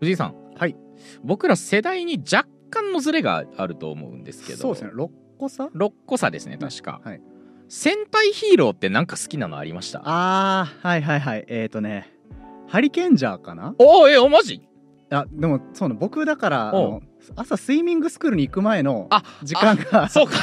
藤井さんはい僕ら世代に若干のズレがあると思うんですけどそうですね6個差6個差ですね確か、はい戦隊ヒーローってなんか好きなのありましたあーはいはいはいえっ、ー、とねハリケンジャーかなおおえおマジあでもそうなの僕だからあおうの朝スイミングスクールに行く前のあ時間がち そうかそっょか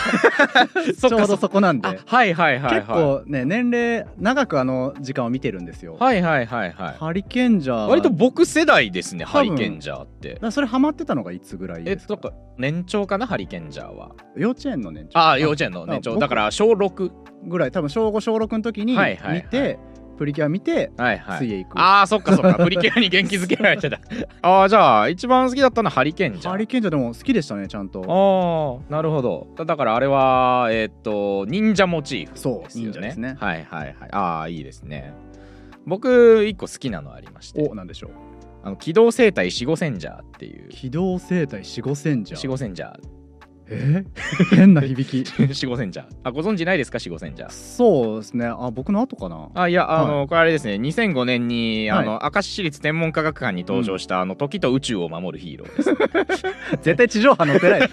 うそどっかそこなんで、あはいはいはい結は構ね年齢長くあの時間を見てるんですよ、いはいはいはいはいハリケンジャー割と僕世代ですね多ハ分リケンジャーってだからそれハマってたのがいつぐらいえでっすとかか年長かなハリケンジャーは幼稚園の年長ああ幼稚園の年長僕だから小6ぐらい多分小5小6の時に見て、はいはいはいプリキュア見てはいはい水泳行く、ああそっかそっかプリキュアに元気づけられてた ああじゃあ一番好きだったのはハリケンジャハーリケンジャーでも好きでしたねちゃんとああなるほどだだからあれはえーっと忍者モチーフそうですよ忍者ねですねはいはいはいああいいですね僕一個好きなのありましておなんでしょうあの機動生態シゴセンジャーっていう機動生態四五線じゃシゴセンジャー え ー変な響きシゴセンジャーあご存知ないですかシゴセンジャーそうですねあ僕の後 かなあいやあの、これあれですね2005年に、はあいの明石市立天文科学館に登場した、あの時と宇宙を守るヒーローです、絶対地上波乗ってない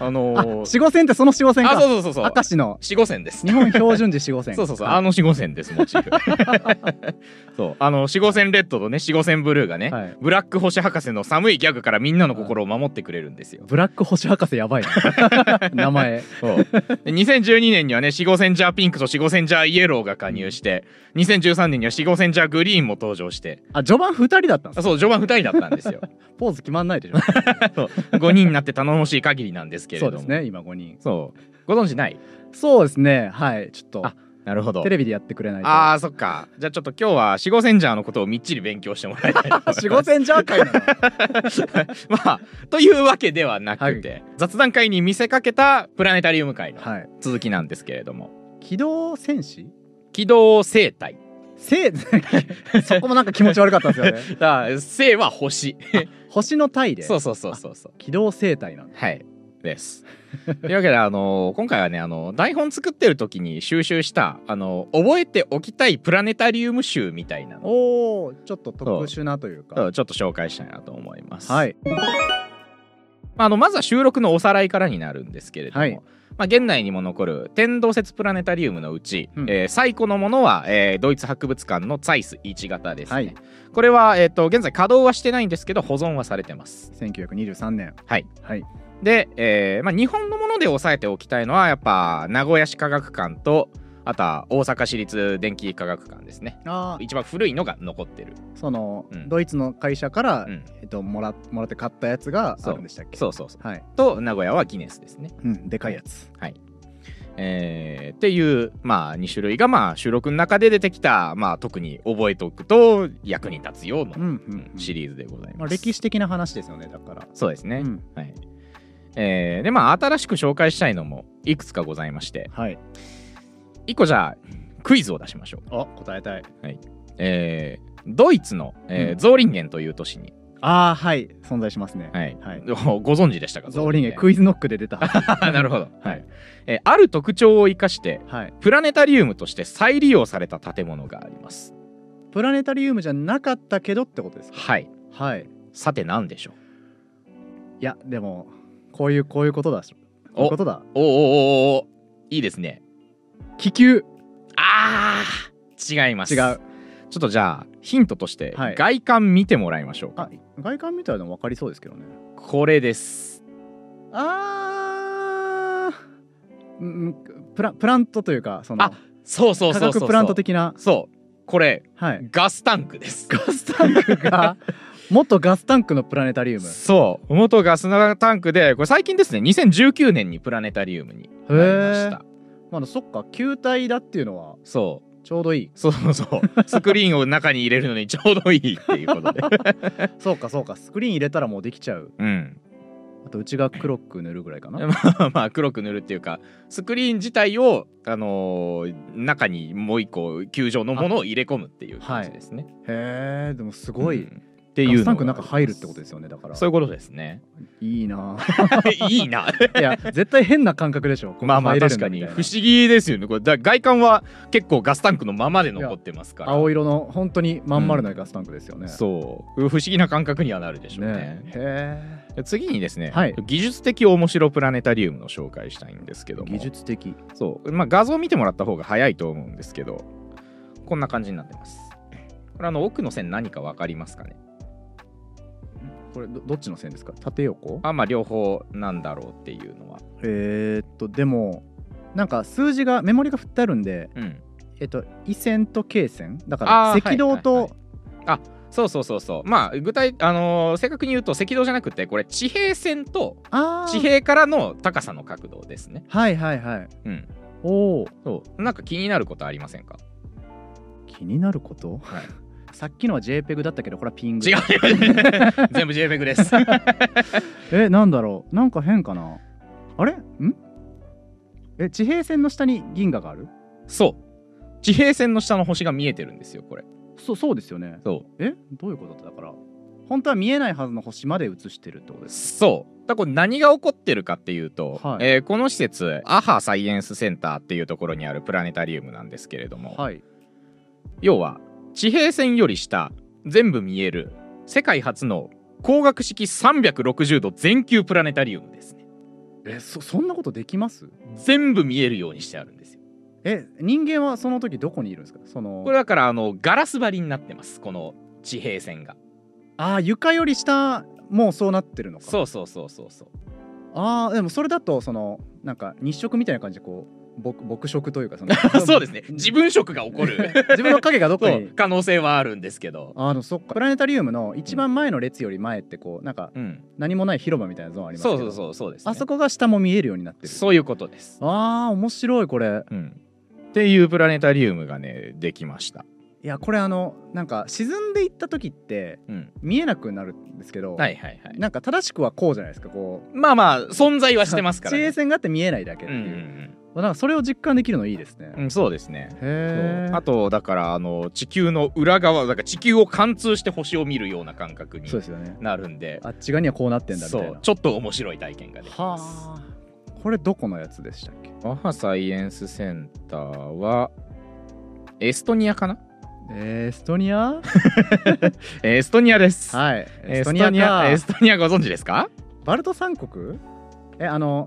あの あー四五線ってその四五線かあそうそうそうそう明石の四五線です日本標準時四五線そうそうそうはあいの四五線ですモ チーフそうあの四五線レッドとね四五線ブルーがね、はいブラック星博士の寒いギャグからみんなの心を守ってくれるんですよブラック星博士やばい な名前そうで2012年にはね四五線ジャーピンクと四五線ジャーイエローが加入して2013年には四五線ジャーグリーンも登場してあ序盤二人だったんであそう序盤2人だったんですよ すポーズ決まんないでしょ5人になって頼もしい限りなんですけれどそうもですね今五人そうご存知ないそうですねはいちょっとあなるほどテレビでやってくれないとあーそっかじゃあちょっと今日は四五センジャーのことをみっちり勉強してもらいたいと思います四五線じゃあか いなまあというわけではなくて、雑談会に見せかけたプラネタリウム会のはい続きなんですけれども機動戦士軌道生態せ そこもなんか気持ち悪かったですよね だから生は星星の体でそうそうそうそうそう機動生態なんだはいです。というわけで、あの今回はね、あの台本作ってる時に収集した、あの覚えておきたいプラネタリウム集みたいなのをおおちょっと特殊なというちょかっと紹介したいなと思います。はいまあ、あのまずは収録のおさらいからになるんですけれども、はいまあ、現代にも残る天動説プラネタリウムのうち、うんえー最古のものは、えードイツ博物館のツァイス1型ですね。はいこれは、えー、と現在稼働はしてないんですけど保存はされてます。 1923年はいはいで、えーまあ、日本のもので押さえておきたいのはやっぱ名古屋市科学館とあとは大阪市立電気科学館ですね。あー一番古いのが残ってる。そのうんドイツの会社からうんえっともらもらって買ったやつがあるんでしたっけそうそうそう。はいと名古屋はギネスですね。うんでかいやつえーっていう、まあ、2種類が、まあ、収録の中で出てきた、まあ、特に覚えておくと役に立つようなうんうんシリーズでございままあす。歴史的な話ですよねだからそうですね、うんはいえーでまあ新しく紹介したいのもいくつかございましてはい1個じゃあクイズを出しましょう、あ答えたいえードイツの、えーうんゾーリンゲンという都市に、ああはい存在しますねはいはいおご存知でしたかゾーリンゲゾクイズノックで出たあ なるほど、ははいいえーある特徴を生かしてはいプラネタリウムとして再利用された建物がありますプラネタリウムじゃなかったけどってこと ですかはいはいさて何でしょういやでもこういうこういうことだしこういうことだおおおおいいですね気球あー違います違うちょっとじゃあヒントとしてはい外観見てもらいましょうか、あ外観見たらでも分かりそうですけどねこれですあーうんプラプラントというかそのあそうそう化そうそう学そうプラント的なそうこれ はいガスタンクですガスタンクが元ガスタンクのプラネタリウムへそう元ガスタンクでこれ最近ですね2019年にプラネタリウムになりましえたまあそっか球体だっていうのはそうちょうどいいそうそうスクリーンを中に入れるのにちょうどいいっていうことでそうかそうかスクリーン入れたらもうできちゃううんあとうちが黒く塗るぐらいかなまあ まあ黒く塗るっていうかスクリーン自体を、あのー中にもう一個球状のものを入れ込むっていう感じですね。へえでもすごい、うんっていうのがガスタンクの中入るってことですよねだからそういうことです ねいいないいないや絶対変な感覚でし ょここまあまあ入れる確んかだにみ不たいな思議ですよねこれだ外観は結構ガスタンクのままで残ってますから青色の本当にまん丸なガスタンクですよね、そう不思議な感覚にはなるでしょうねねへえで次にですね、はい技術的面白プラネタリウムの紹介したいんですけども技術的そう、まあ、画像を見てもらった方が早いと思うんですけどこんな感じになってますこれあの奥の線何か分かりますかねこれどどっちの線ですか縦横あまあ両方なんだろうっていうのはえー、っとでもなんか数字がメモリが振ってあるんでうんえっと緯線と経線だからあー赤道はいはいとはそうそうそうそうまあ具体あのー正確に言うと赤道じゃなくてこれ地平線とあー地平からの高さの角度ですねはいはいはいうんおおそうなんか気になることありませんか気になること、はい さっきのは JPEG だったけどこれはピング違う 全部 JPEG です えなんだろうなんか変かなあれんえ地平線の下に銀河があるそう地平線の下の星が見えてるんですよこれそうそうですよねそうえどういうことだっただから本当は見えないはずの星まで映してるってことですそうだからこれ何が起こってるかっていうと、はいえーこの施設アハサイエンスセンターっていうところにあるプラネタリウムなんですけれども、はい要は地平線より下全部見える世界初の光学式360度全球プラネタリウムですねえそそんなことできます全部見えるようにしてあるんですよえ人間はその時どこにいるんですかそのこれだからあのガラス張りになってますこの地平線がああ床より下もうそうなってるのかそうそうそうそうそう ああでもそれだとそのなんか日食みたいな感じでこうぼ牧食というかそあの そうですね自分色が起こる 自分の影がどこそにう可能性はあるんですけどあのそっかプラネタリウムの一番前の列より前ってこうなんかうん何もない広場みたいなゾーンありますけそどうそうそうそうです、ね、あそこが下も見えるようになってるそういうことです、あー面白いこれうん、っていうプラネタリウムがねできました、いやこれあのなんか沈んでいった時ってうん、見えなくなるんですけど、はいはいはいなんか正しくはこうじゃないですかこうまあまあ存在はしてますから、地平ね、線があって見えないだけっうていんう、なんかそれを実感できるのいいですね、うんうんそうですねそへうえあとだからあの地球の裏側だから地球を貫通して星を見るような感覚にそうですよねなるんであっち側にはこうなってんだみたそいうなちょっと面白い体験ができはますあこれどこのやつでしたっけアハサイエンスセンターはエストニアかなえー、エストニアえーエストニアですはい エストニアかエストニアご存知ですかバルト三国えあの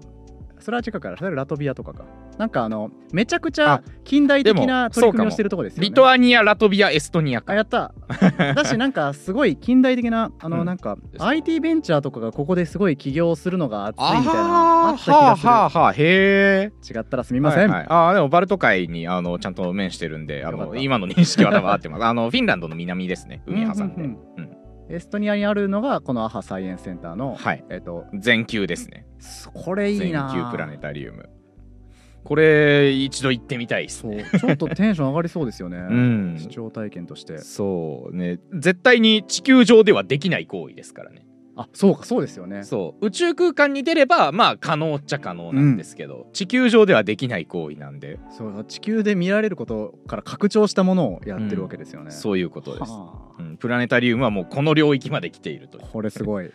それは違うからそれはラトビアとかかなんかあのめちゃくちあゃ近代的でもな取り組みをしてるとこですよねリトアニアラトビアエストニアかあやった だしなんかすごい近代的なあの、うんなんかですか IT ベンチャーとかがここですごい起業するのが熱いみたいなああーった気がする、はあはあはあへえ違ったらすみません、はいはいああでもバルト海にあのちゃんと面してるんであよかっのた今の認識は多分合ってますあのフィンランドの南ですね海挟んで、ううんうんんエストニアにあるのがこのアハサイエンスセンターの、はいえっ、と全球ですねすこれいいな全球プラネタリウムこれ一度行ってみたいですそうちょっとテンション上がりそうですよね、 うん視聴体験としてそうね絶対に地球上ではできない行為ですからねあそうかそうですよねそう宇宙空間に出ればまあ可能っちゃ可能なんですけど、地球上ではできない行為なんで、そう地球で見られることから拡張したものをやってるわけですよね、そういうことです、はうん、プラネタリウムはもうこの領域まで来ているというあこれすごい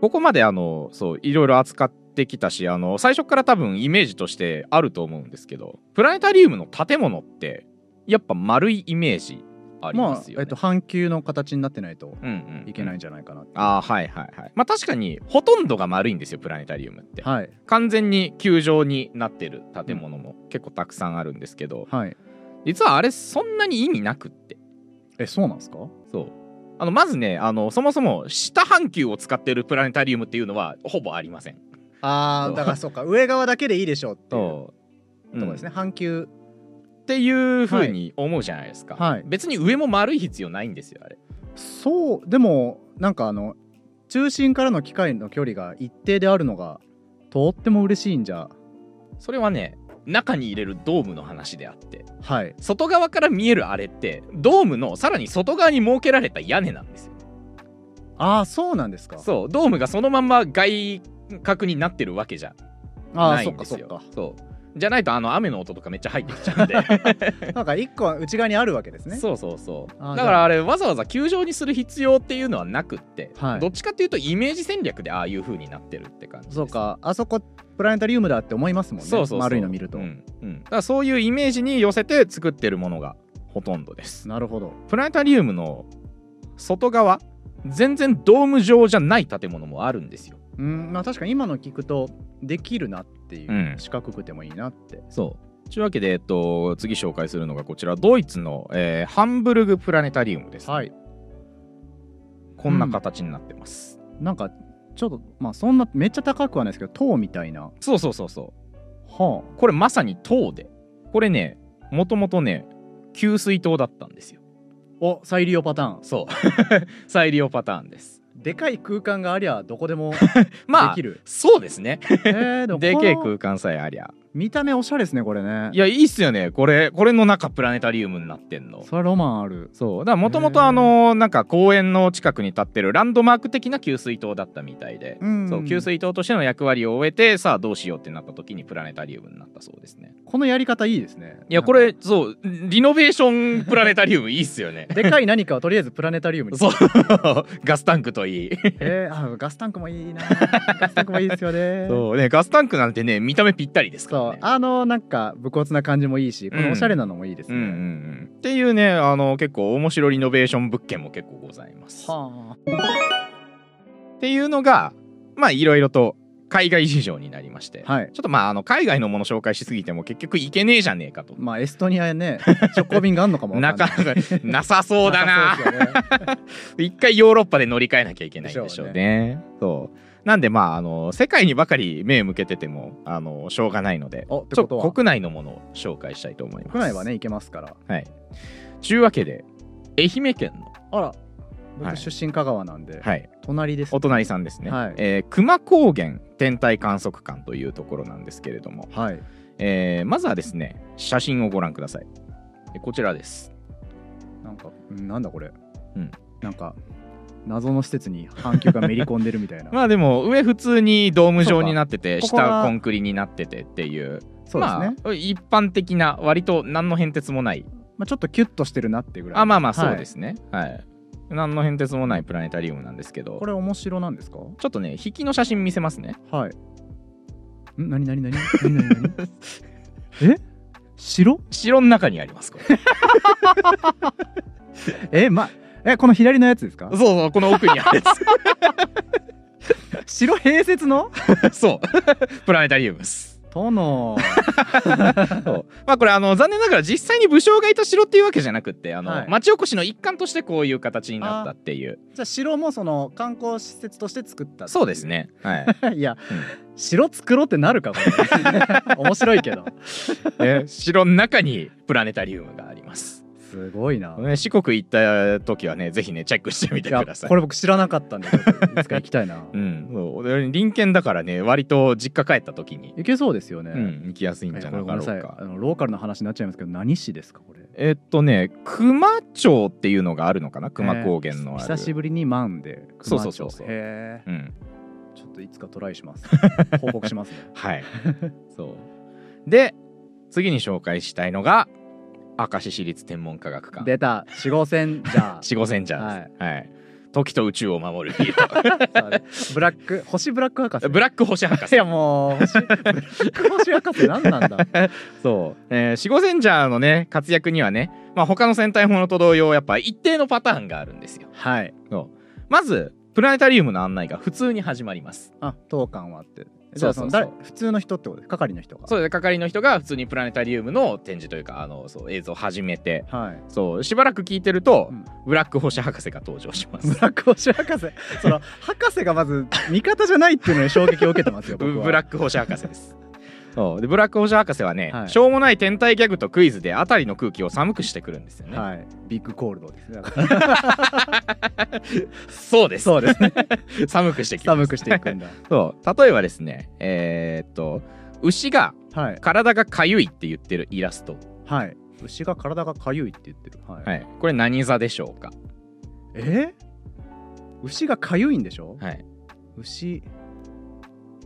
ここまであのそういろいろ扱ってきたしあの最初から多分イメージとしてあると思うんですけどプラネタリウムの建物ってやっぱ丸いイメージありままあすよえね。っと半球の形になってないとうんうんうんいけないんじゃないかなってあーはいはいはいまあ確かにほとんどが丸いんですよプラネタリウムって、はい完全に球状になってる建物も結構たくさんあるんですけどはい実はあれそんなに意味なくってえそうなんですかそうあのまずねあのそもそも下半球を使ってるプラネタリウムっていうのはほぼありませんあーだからそうか上側だけでいいでしょうってそう、うんね半球っていう風に思うじゃないですか、はい別に上も丸い必要ないんですよあれそうでもなんかあの中心からの機械の距離が一定であるのがとっても嬉しいんじゃそれはね中に入れるドームの話であってはい外側から見えるあれってドームのさらに外側に設けられた屋根なんですよああそうなんですかそうドームがそのまんま外角になってるわけじゃあなあいそんっでかすそよっかそうじゃないとあの雨の音とかめっちゃ入ってきちゃうんで なんか一個は内側にあるわけですね。そうそうそうあーだからあれわざわざ球場にする必要っていうのはなくって、はいどっちかっていうとイメージ戦略でああいう風になってるって感じですそうか、あそこプラネタリウムだって思いますもんね。そうそうそう丸いの見ると。うんうんだからそういうイメージに寄せて作ってるものがほとんどですなるほど。プラネタリウムの外側全然ドーム状じゃない建物もあるんですようん、まあ確かに今の聞くとできるなっていう、うん四角くてもいいなって。そうというわけで、えっと、次紹介するのがこちらドイツの、えーハンブルグプラネタリウムです、はい。こんな形になってます、なんかちょっとまあそんなめっちゃ高くはないですけど塔みたいな。そうそうそうそうはこれまさに塔でこれねもともとね給水塔だったんですよあ。お再利用パターン。そう 再利用パターンですでかい空間がありゃどこでもでまあきる。そうですねえー、でもでけえこ空の間さえありゃ見た目おしゃれですねこれね。いやいいっすよねこれこれの中プラネタリウムになってんのそれロマンある。そうだからもともとあのなんか公園の近くに立ってるランドマーク的な給水塔だったみたいで、うんそう給水塔としての役割を終えてさあどうしようってなった時にプラネタリウムになったそうですねこのやり方いいですね。いやこれそうリノベーションプラネタリウムいいっすよねでかい何かをとりあえずプラネタリウムに。 そうガスタンクといいえー、あガスタンクもいいな。ガスタンクもいいですよ ね。そうねガスタンクなんてね見た目ぴったりですからそうねあのなんか武骨な感じもいいしこうんのおしゃれなのもいいですうね、んうんうん、っていうねあの結構面白いリノベーション物件も結構ございます。はっていうのがまあいろいろと海外事情になりまして、あはいちょっとまああの海外のもの紹介しすぎても結局いけねえじゃねえかと。まあエストニアへね直行便があるのかもわなか んいなか なさそうだなそうですよね一回ヨーロッパで乗り換えなきゃいけないんでしょうねでしょうそうなんでまああの世界にばかり目向けててもあのしょうがないのでおってちょこっととは国内のものを紹介したいと思います国内はね行けますからはいちゅうわけで愛媛県の、あらはい僕出身香川なんで、はい、隣ですお隣さんですね、はいえー久間高原天体観測館というところなんですけれども、はいえーまずはですね写真をご覧くださいえこちらですなんかうんなんだこれ、うんなんか謎の施設に半球がめり込んでるみた いなまあでも上普通にドーム状になっててそうかここ下はコンクリになっててっていうそうですね、まあまあ一般的な割と何の変哲もないちょっとキュッとしてるなっていうぐらいあまあまあそうはでいすねはい、何の変哲もないプラネタリウムなんですけどこれ面白なんですかちょっとね引きの写真見せますねはい。ん何何何何何 何え白城の中にありますこれえ、ま、え、この左のやつですか そ うそうこの奥にあるや白併設のつ そうプラネタリウムです 殿。そうまあこれあの残念ながら実際に武将がいた城っていうわけじゃなくってあの、はい町おこしの一環としてこういう形になったっていうじゃあ白もその観光施設として作った。そうです。ねはい いや、白作ろうってなるかこ れ。面白いけど。ね、城の中にプラネタリウムがあります、すごいな。ね、四国行った時はねぜひねチェックしてみていくやださい。これ僕知らなかったんでちょっといつか行きたいな うんそう俺隣県だからね割と実家帰った時に、行けそうですようね。ん、行きやすいんえじゃこれなごめかんろなうさかいあのローカルな話になっちゃいますけど何市ですかこれえっとね久間町っていうのがあるのかな久間高原のある、えー久しぶりにマンで熊町そうそうそうそうへえうんちょっといつかトライ します。報告しますね。はい そうで次に紹介したいのが明石市立天文科学館出た四号線じ ゃあ死後センジャーです、はい時と宇宙を守るヒーロさあブラック星ブラック博士。ー ブラック星博士いやもう星ブラック星博士何なんだ。 そう、えー、シゴセンジャーのね活躍にはね、まあ、他の戦隊ものと同様やっぱ一定のパターンがあるんですよはい。まずプラネタリウムの案内が普通に始まりますあ当館はあって。じそゃうあそそうそうの誰普通の人ってことです。係の人が。そうで係の人が普通にプラネタリウムの展示というかあのそう映像を始めてはい。そうしばらく聞いてると、うんブラック星博士が登場しまブすラック星博士。その博士がまず味方じゃないっていうのに衝撃を受けてますよ。僕は。ブラック星博士ですそうでブラック星博士はね、はいしょうもない天体ギャグとクイズで辺りの空気を寒くしてくるんですよね、はい。ビッグコールドですね。だか らそうですそうですね。寒くしてきます寒くしていくんだ。そう例えばですねえーっと牛がはい体がかゆいって言ってるイラスト、はい。牛が体が痒いって言ってる。はいはい、これ何座でしょうか、え牛がかゆいんでしょ、はい、牛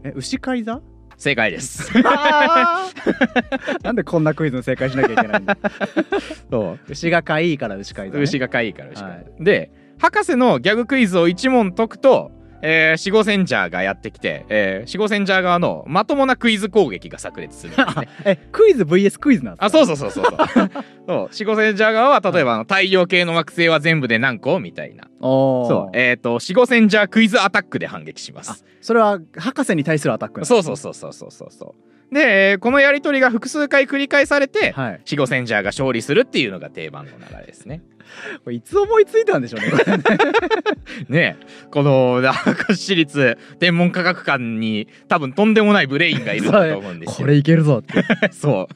え牛飼い座正解です。あー なんでこんなクイズの正解しなきゃいけな いんだ そう牛がかいいから牛飼いだ、ね、牛がかいいから牛飼い、はいで博士のギャグクイズを1問解くと、えー、シゴセンジャーがやってきて、えー、シゴセンジャー側のまともなクイズ攻撃が炸裂 するんですね えクイズ VS クイズなんですかあそうそうそうそうそう そうシゴセンジャー側は例えばあの太陽系の惑星は全部で何個みたいなおーそうえっ、とシゴセンジャークイズアタックで反撃しまあすそれは博士に対するアタックなんですそうそうそうそうそうそうそうで、えーこのやり取りが複数回繰り返されて、はいシゴセンジャーが勝利するっていうのが定番の流れですねこれいつ思いついたんでし ょうねこれねねえこの 明石市立天文科学館に多分とんでもないブレインがいるんだと思うんですこよ。れいけるぞってそ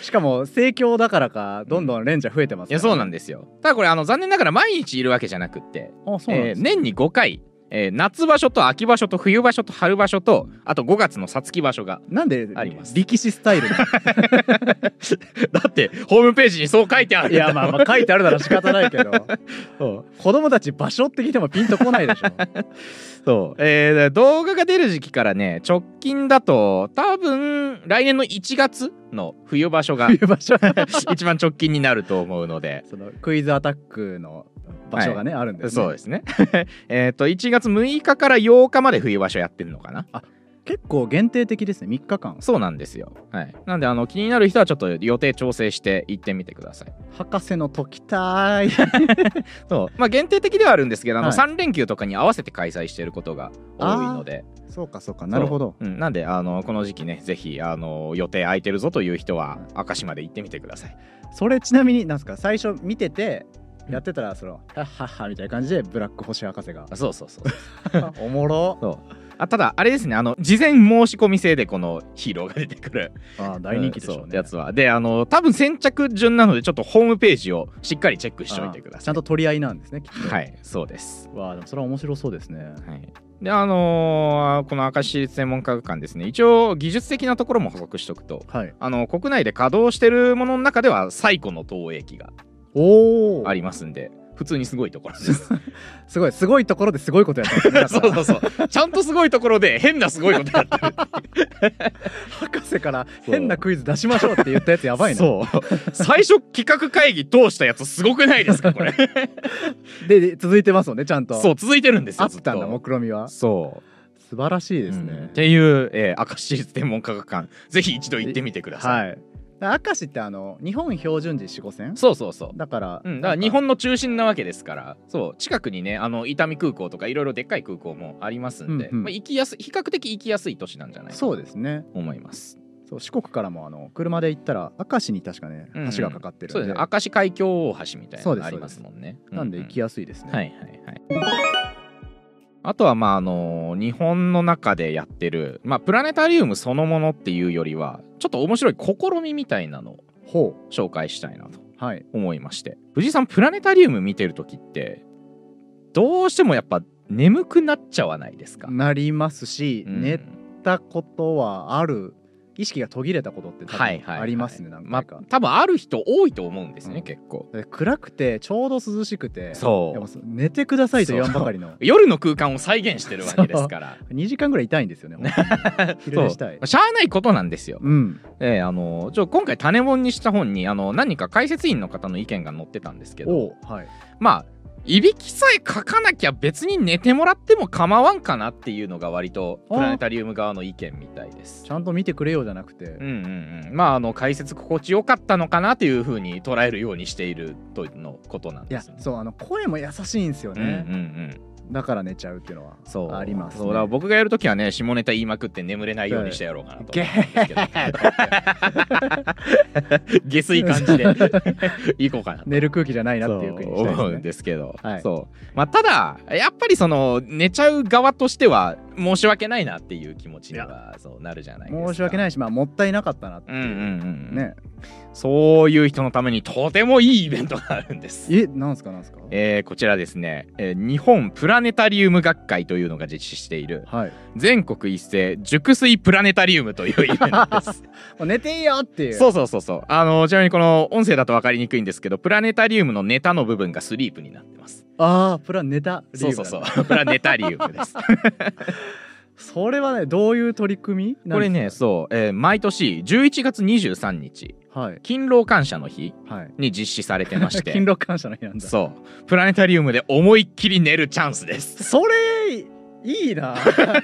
うしかも盛況だからかどんどんレンジャー増えてますいやそうなんでですよ。ただこれあの残念ながら毎日いるわけじゃなくって、あそうなんえでーすね、年に5回、えー夏場所と秋場所と冬場所と春場所とあと5月のさつき場所が なんであります力士スタイルなのだってホームページにそう書いてある いやまあまあ書いてあるなら仕方ないけ どそう子供たち場所って聞いてもピンとこないで しょそう、えー動画が出る時期からね直近だと多分来年の1月の冬場所が 冬場所 一番直近になると思うのでそのクイズアタックの場所がね、あるんです、ね、そうですね。 えっと1月6日から8日まで冬場所やってるのかな。結構限定的ですね3日間そうなんですよ。はい。なんであの気になる人はちょっと予定調整して行ってみてください。博士の時たいそう。まあ限定的ではあるんですけど、あのはい3連休とかに合わせて開催していることが多いので、そうかそうかなるほどそう。うん。なんであのこの時期ね、ぜひあの予定空いてるぞという人は明石まで行ってみてください。それちなみになんすか最初見ててやってたらその「はっはっは」みたいな感じでブラック星博士があそうそうそう。 おもろあただあれですね、あの事前申し込み制でこのヒーローが出てくる。あー大人気でしょううんねそやつはであの多分先着順なのでちょっとホームページをしっかりチェックしておいてくだあーちゃさいんと取り合いなんですねきっとはいそうです、わあでもそれは面白そうですねはい、であのーこの明石市立専門科学館ですね一応技術的なところも補足しておくとはいあの国内で稼働してるものの中では最古の投影機がおおありますんで普通にすごいところですすごいすごいところですごいことやったんですね だそかうらそうそうちゃんとすごいところで変なすごいことやってる 博士からそう変なクイズ出しましょうって言ったやつやばいなそう最初企画会議通したやつすごくないですかこれでで続いてますもんねちゃんと そう続いてるんですよあったんだずと目論みはそう素晴らしいですうんっね、ていう、えー、明石市立天文科学館ぜひ一度行ってみてください、はい明石ってあの日本標準時4 5線そうそうそうだから、うん、だから日本の中心なわけですからそう近くにねあの伊丹空港とかいろいろでっかい空港もありますんで、うんうんまあ、行きやすい比較的行きやすい都市なんじゃないかとそうですね思いますそう四国からもあの車で行ったら明石に確かねうんうん橋がかかってるんで、そうですね明石海峡大橋みたいなそうのですがありますもんねなんで行きややすいですね、はいはいはいあとはまああの日本の中でやってる、まあ、プラネタリウムそのものっていうよりはちょっと面白い試みみたいなのをほ紹介したいなとうはい思いまして藤井さんプラネタリウム見てる時ってどうしてもやっぱ眠くなっちゃわないですか、なりますし、うん寝たことはある意識が途切れたことって多はい分はいはいありますね、なんか、まあ多分ある人多いと思うんですね、うん結構で暗くてちょうど涼しくてそうでもそう寝てくださいと言わんばかりの 夜の空間を再現してるわけですから 2時間ぐらい痛いんですよね 本当に昼寝したいまあしゃあないことなんですよ、うんええあのちょ今回種本にした本にあの何人か解説員の方の意見が載ってたんですけどおうはいまあいびきさえ書かなきゃ別に寝てもらっても構わんかなっていうのが割とプラネタリウム側の意見みたいですちゃんと見てくれよじゃなくて、うんうんうん、まああの解説心地よかったのかなというふうに捉えるようにしているとのことなんいでやす、ね、そうあの声も優しいんですようんうんうね、ん、だから寝ちゃうっていうのはそうあります、ね、そうだから僕がやるときはね下ネタ言いまくって眠れないようにしてやろうかなとゲー下水感じで行こうかなと寝る空気じゃないなっていうそう風にしたい思うんですねですけど、はいそうまあ、ただやっぱりその寝ちゃう側としては申し訳ないなっていう気持ちにはそうなるじゃないですか、申し訳ないいしまあもったいなかったなっていうんうんうんうんねそういう人のためにとてもいいイベントがあるんですえなんすかなんすかえーこちらですね、えー日本プラネタリウム学会というのが実施しているはい全国一斉熟睡プラネタリウムというイベントです。もう寝ていいよってい うそうそうそうそう。あのちなみにこの音声だと分かりにくいんですけど、プラネタリウムのネタの部分がスリープになってます。ああプラネタリウそうムそうだ そう。プラネタリウムです。それはねどういう取り組みこれね、そう、えー毎年11月23日、なんです勤労感謝の日かはいはいに実施されてま して勤、労感謝の日なんだそう、プラネタリウムで思いっきり寝るチャンスです。 それいいな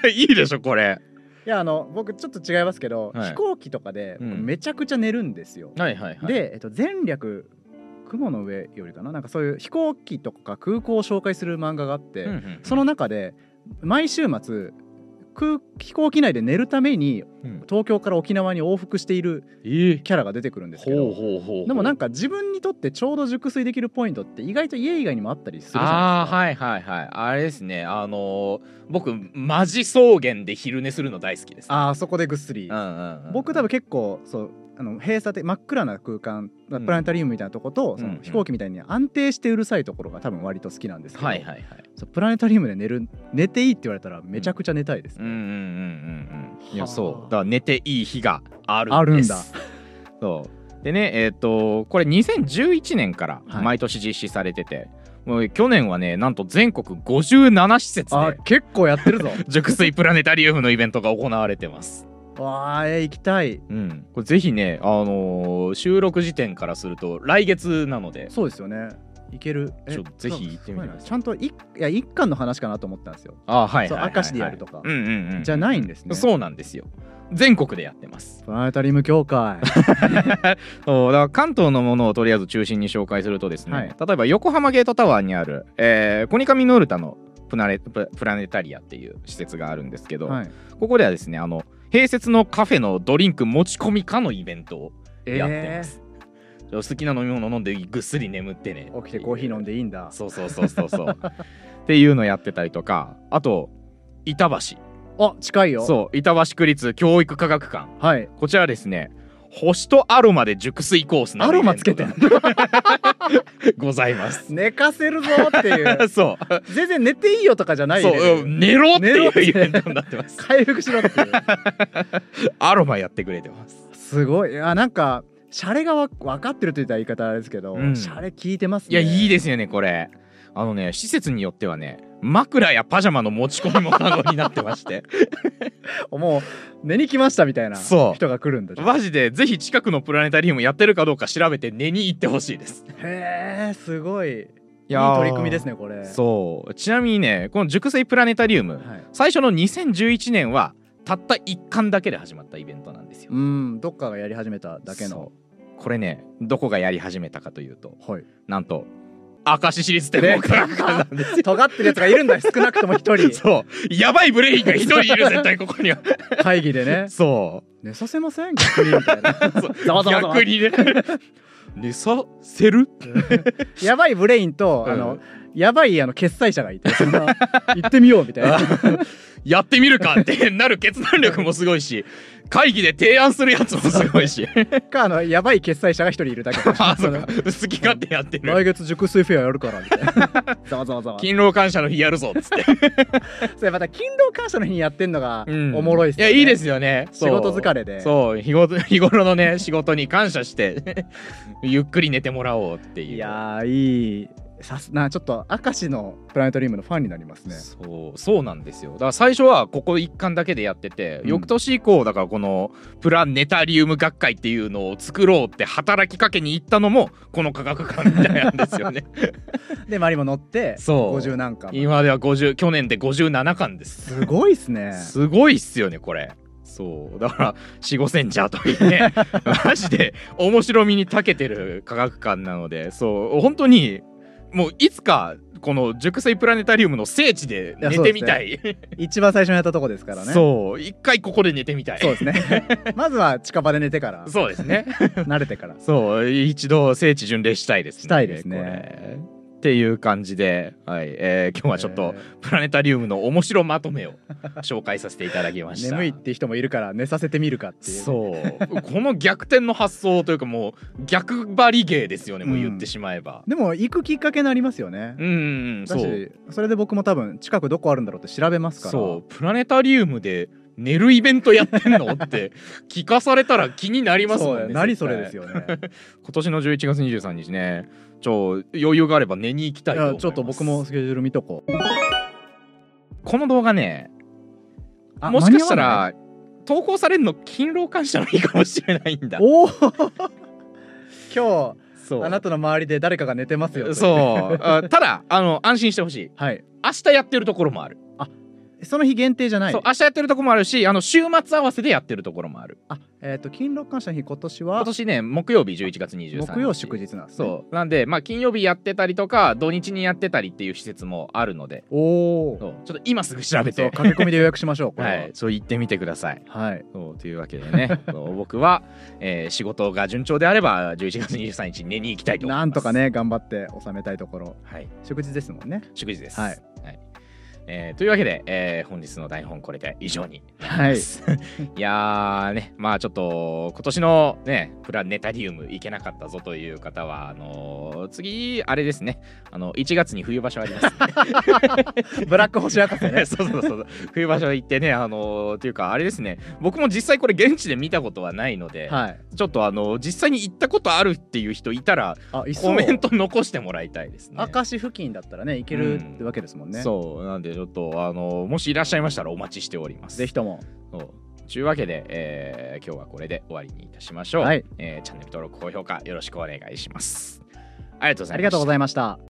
いいでしょ、これ。いやあの僕ちょっと違いますけど、はい飛行機とかで僕うんめちゃくちゃ寝るんですよ、はいはいはい。、で、えっと、前略雲の上よりかななんかそういう飛行機とか空港を紹介する漫画があって、うんうんその中で毎週末空飛行機内で寝るためにうん東京から沖縄に往復しているえーキャラが出てくるんですけほうどほうほう。でもなんか、か自分にとってちょうど熟睡できるポイントって意外と家以外にもあったりするじゃああー、ないではいはいはい。あれですね、あのー僕、マジ草原で昼寝するの大好きですす。か。あーそこでぐっすり、うんうんうん僕多分結構そうあの閉鎖で真っ暗な空間プラネタリウムみたいなとこと、そうんうのん飛行機みたいに安定してうるさいところが多分割と好きなんですけど、はいはいはい。そうプラネタリウムで寝る寝ていいって言われたらめちゃくちゃ寝たいです、うんうんうんうんうんいやはあそうだから寝ていい日があるあるんですだ そうでねえっ、とこれ2011年からはい毎年実施されてて、もう去年はねなんと全国57施設あでー結構やってるぞ 熟睡プラネタリウムのイベントが行われてますわあえー行きたいうんこれぜひねあのー収録時点からすると来月なのでそうですよね行けるえちょっとぜひ行ってみてくださいちゃんといいや一巻の話かなと思ったんですよ、あはいそうはいはいはい明石でやるとか、うんうんうんじゃないんですねそうなんですよ全国でやってますプラネタリウム協会そうだから関東のものをとりあえず中心に紹介するとですね、はい例えば横浜ゲートタワーにある、えーコニカミノルタのプナレププラネタリアっていう施設があるんですけど、はいここではですねあの併設のカフェのドリンク持ち込みかのイベントをやってます、好きな飲み物飲んでぐっすり眠ってねえー起きてコーヒー飲んででいいんだそうそうそうそうそうっていうのやってたりとかあと板橋あ近いよそう板橋区立教育科学館はいこちらはですね星とアロマで熟睡コースなアるイベロントがマつけてんのございます。寝かせるぞってい うそう、全然寝ていいよとかじゃないレベそう、ルうん 寝ろって寝ろいっうてイベントになってます。回復しろっていう アロマやってくれてます。すごいあなんかシャレがわ分かってると言ったら言い方あれですけど、うんシャレ聞いてますねいや、いいでですよね、これ。あのね、施設によってはね、枕やパジャマの持ち込みも可能になってまして。 もう寝に来ましたみたいなそう人が来るんだマジで、ぜひ近くのプラネタリウムやってるかどうか調べて、寝に行ってほしいです。へえすごいいいいやー取り組みですねこれそう、ちなみにね、この熟成プラネタリウム、はい、最初の2011年は。たった一巻だけで始まったイベントなんですよう。んどっかがやり始めただけのそう。これね、どこがやり始めたかというと、はいなんと明石市立天文科学館なんですよ尖ってるやつがいるんだよ少なくとも一 人そうやばいブレインが一人いる絶対ここ には会議でねそ 寝させません逆にみたいなうそうざわざわざわ逆にね寝させる やばいブレインと、あうのんやばいあの決済者がいてその行ってみよう みたいなやってみるかって なる決断力もすごいし会議で提案するやつもすごい しかあのやばい決済者が一人いるだけ あそうか好き勝手やって来る月熟睡フェアやるからみたいな ざわざわざわ勤労感謝の日やるぞっつって、それまた勤労感謝の日にやってんのがおもろいっすよ、ねいやいいですすよね仕事疲れれでそう日ご 日頃のね仕事に感謝して ゆっくり寝てもらおうっていういやーいいさすなちょっと明石のプラネタリウムのファンになりますねそうそうなんですよだから最初はここ一巻だけでやってて、うん翌年以降だからこのプラネタリウム学会っていうのを作ろうって働きかけに行ったのもこの科学館みたいなんですよ ねで周りも乗ってそう50なんか今では50去年で57巻ですすごいっすねすごいっすよねこれそうだから4 5センチャーという ねマジで面白みに長けてる科学館なのでそう本当にもういつかこの熟成プラネタリウムの聖地で寝てみたい一番最初にやったとこですからねうそう一回ここで寝てみたいそうですね まずは近場で寝てからそうですね慣れてからそう一度聖地巡礼したいですねしたいですねこれっていう感じで、はいえー今日はちょっとえープラネタリウムの面白まとめを紹介させていただきました眠いって人もいるから寝させてみるかっていうそうこの逆転の発想というかもう逆張り芸ですよねもう言ってしまえばでも行くきっかけになりますよねうん、うん、だそうしそれで僕も多分近くどこあるんだろうって調べますからそうプラネタリウムで寝るイベントやってんの って聞かされたら気になりますもんそうね何それですよよね今年の11月23日ねちょ余裕があれば寝に行きたいいと思いやますちょっと僕もスケジュール見とこうこの動画ねあもしかした間に合わないら投稿されるの勤労感謝の日かもしれないんだおおそ今日うあなたの周りで誰かが寝てますよというそうあただあの安心してほしいはい明日やってるところもある、その日限定じゃないそう明日やってるところもあるしあの週末合わせでやってるところもあるあえっ、と勤労感謝の日今年は今年ね木曜日11月23日木曜祝日なんです、ね、そうなんでまあ金曜日やってたりとか土日にやってたりっていう施設もあるのでおおそうちょっと今すぐ調べそうて駆け込みで予約しましょうこれははい、そう言ってみてください。はい、そうというわけで ねそう僕は、えー仕事が順調であれば11月23日に寝に行きたいと思いますなんとか、ね頑張って収めたいところはい、祝日ですもんね祝日です、はいえーというわけで、えー本日の台本これで以上にはいですいやーねまあちょっと今年のねプラネタリウム行けなかったぞという方はあのー次あれですねあの1月に冬場所あります ブラック星博士 ねそうそうそうそう 冬場所行ってねあのーというかあれですね僕も実際これ現地で見たことはないので、はいちょっとあの実際に行ったことあるっていう人いたらあいそコうメント残してもらいたいですね。明石付近だったらね行けるってわけですもんね、そうなんでちょっとあのもしいらっしゃいましたらお待ちしております。ぜひともそうというわけで、えー今日はこれで終わりにいたしましょう、はいえーチャンネル登録高評価よろしくお願いします。ありがとうござあいりまがしたとうご。ざいました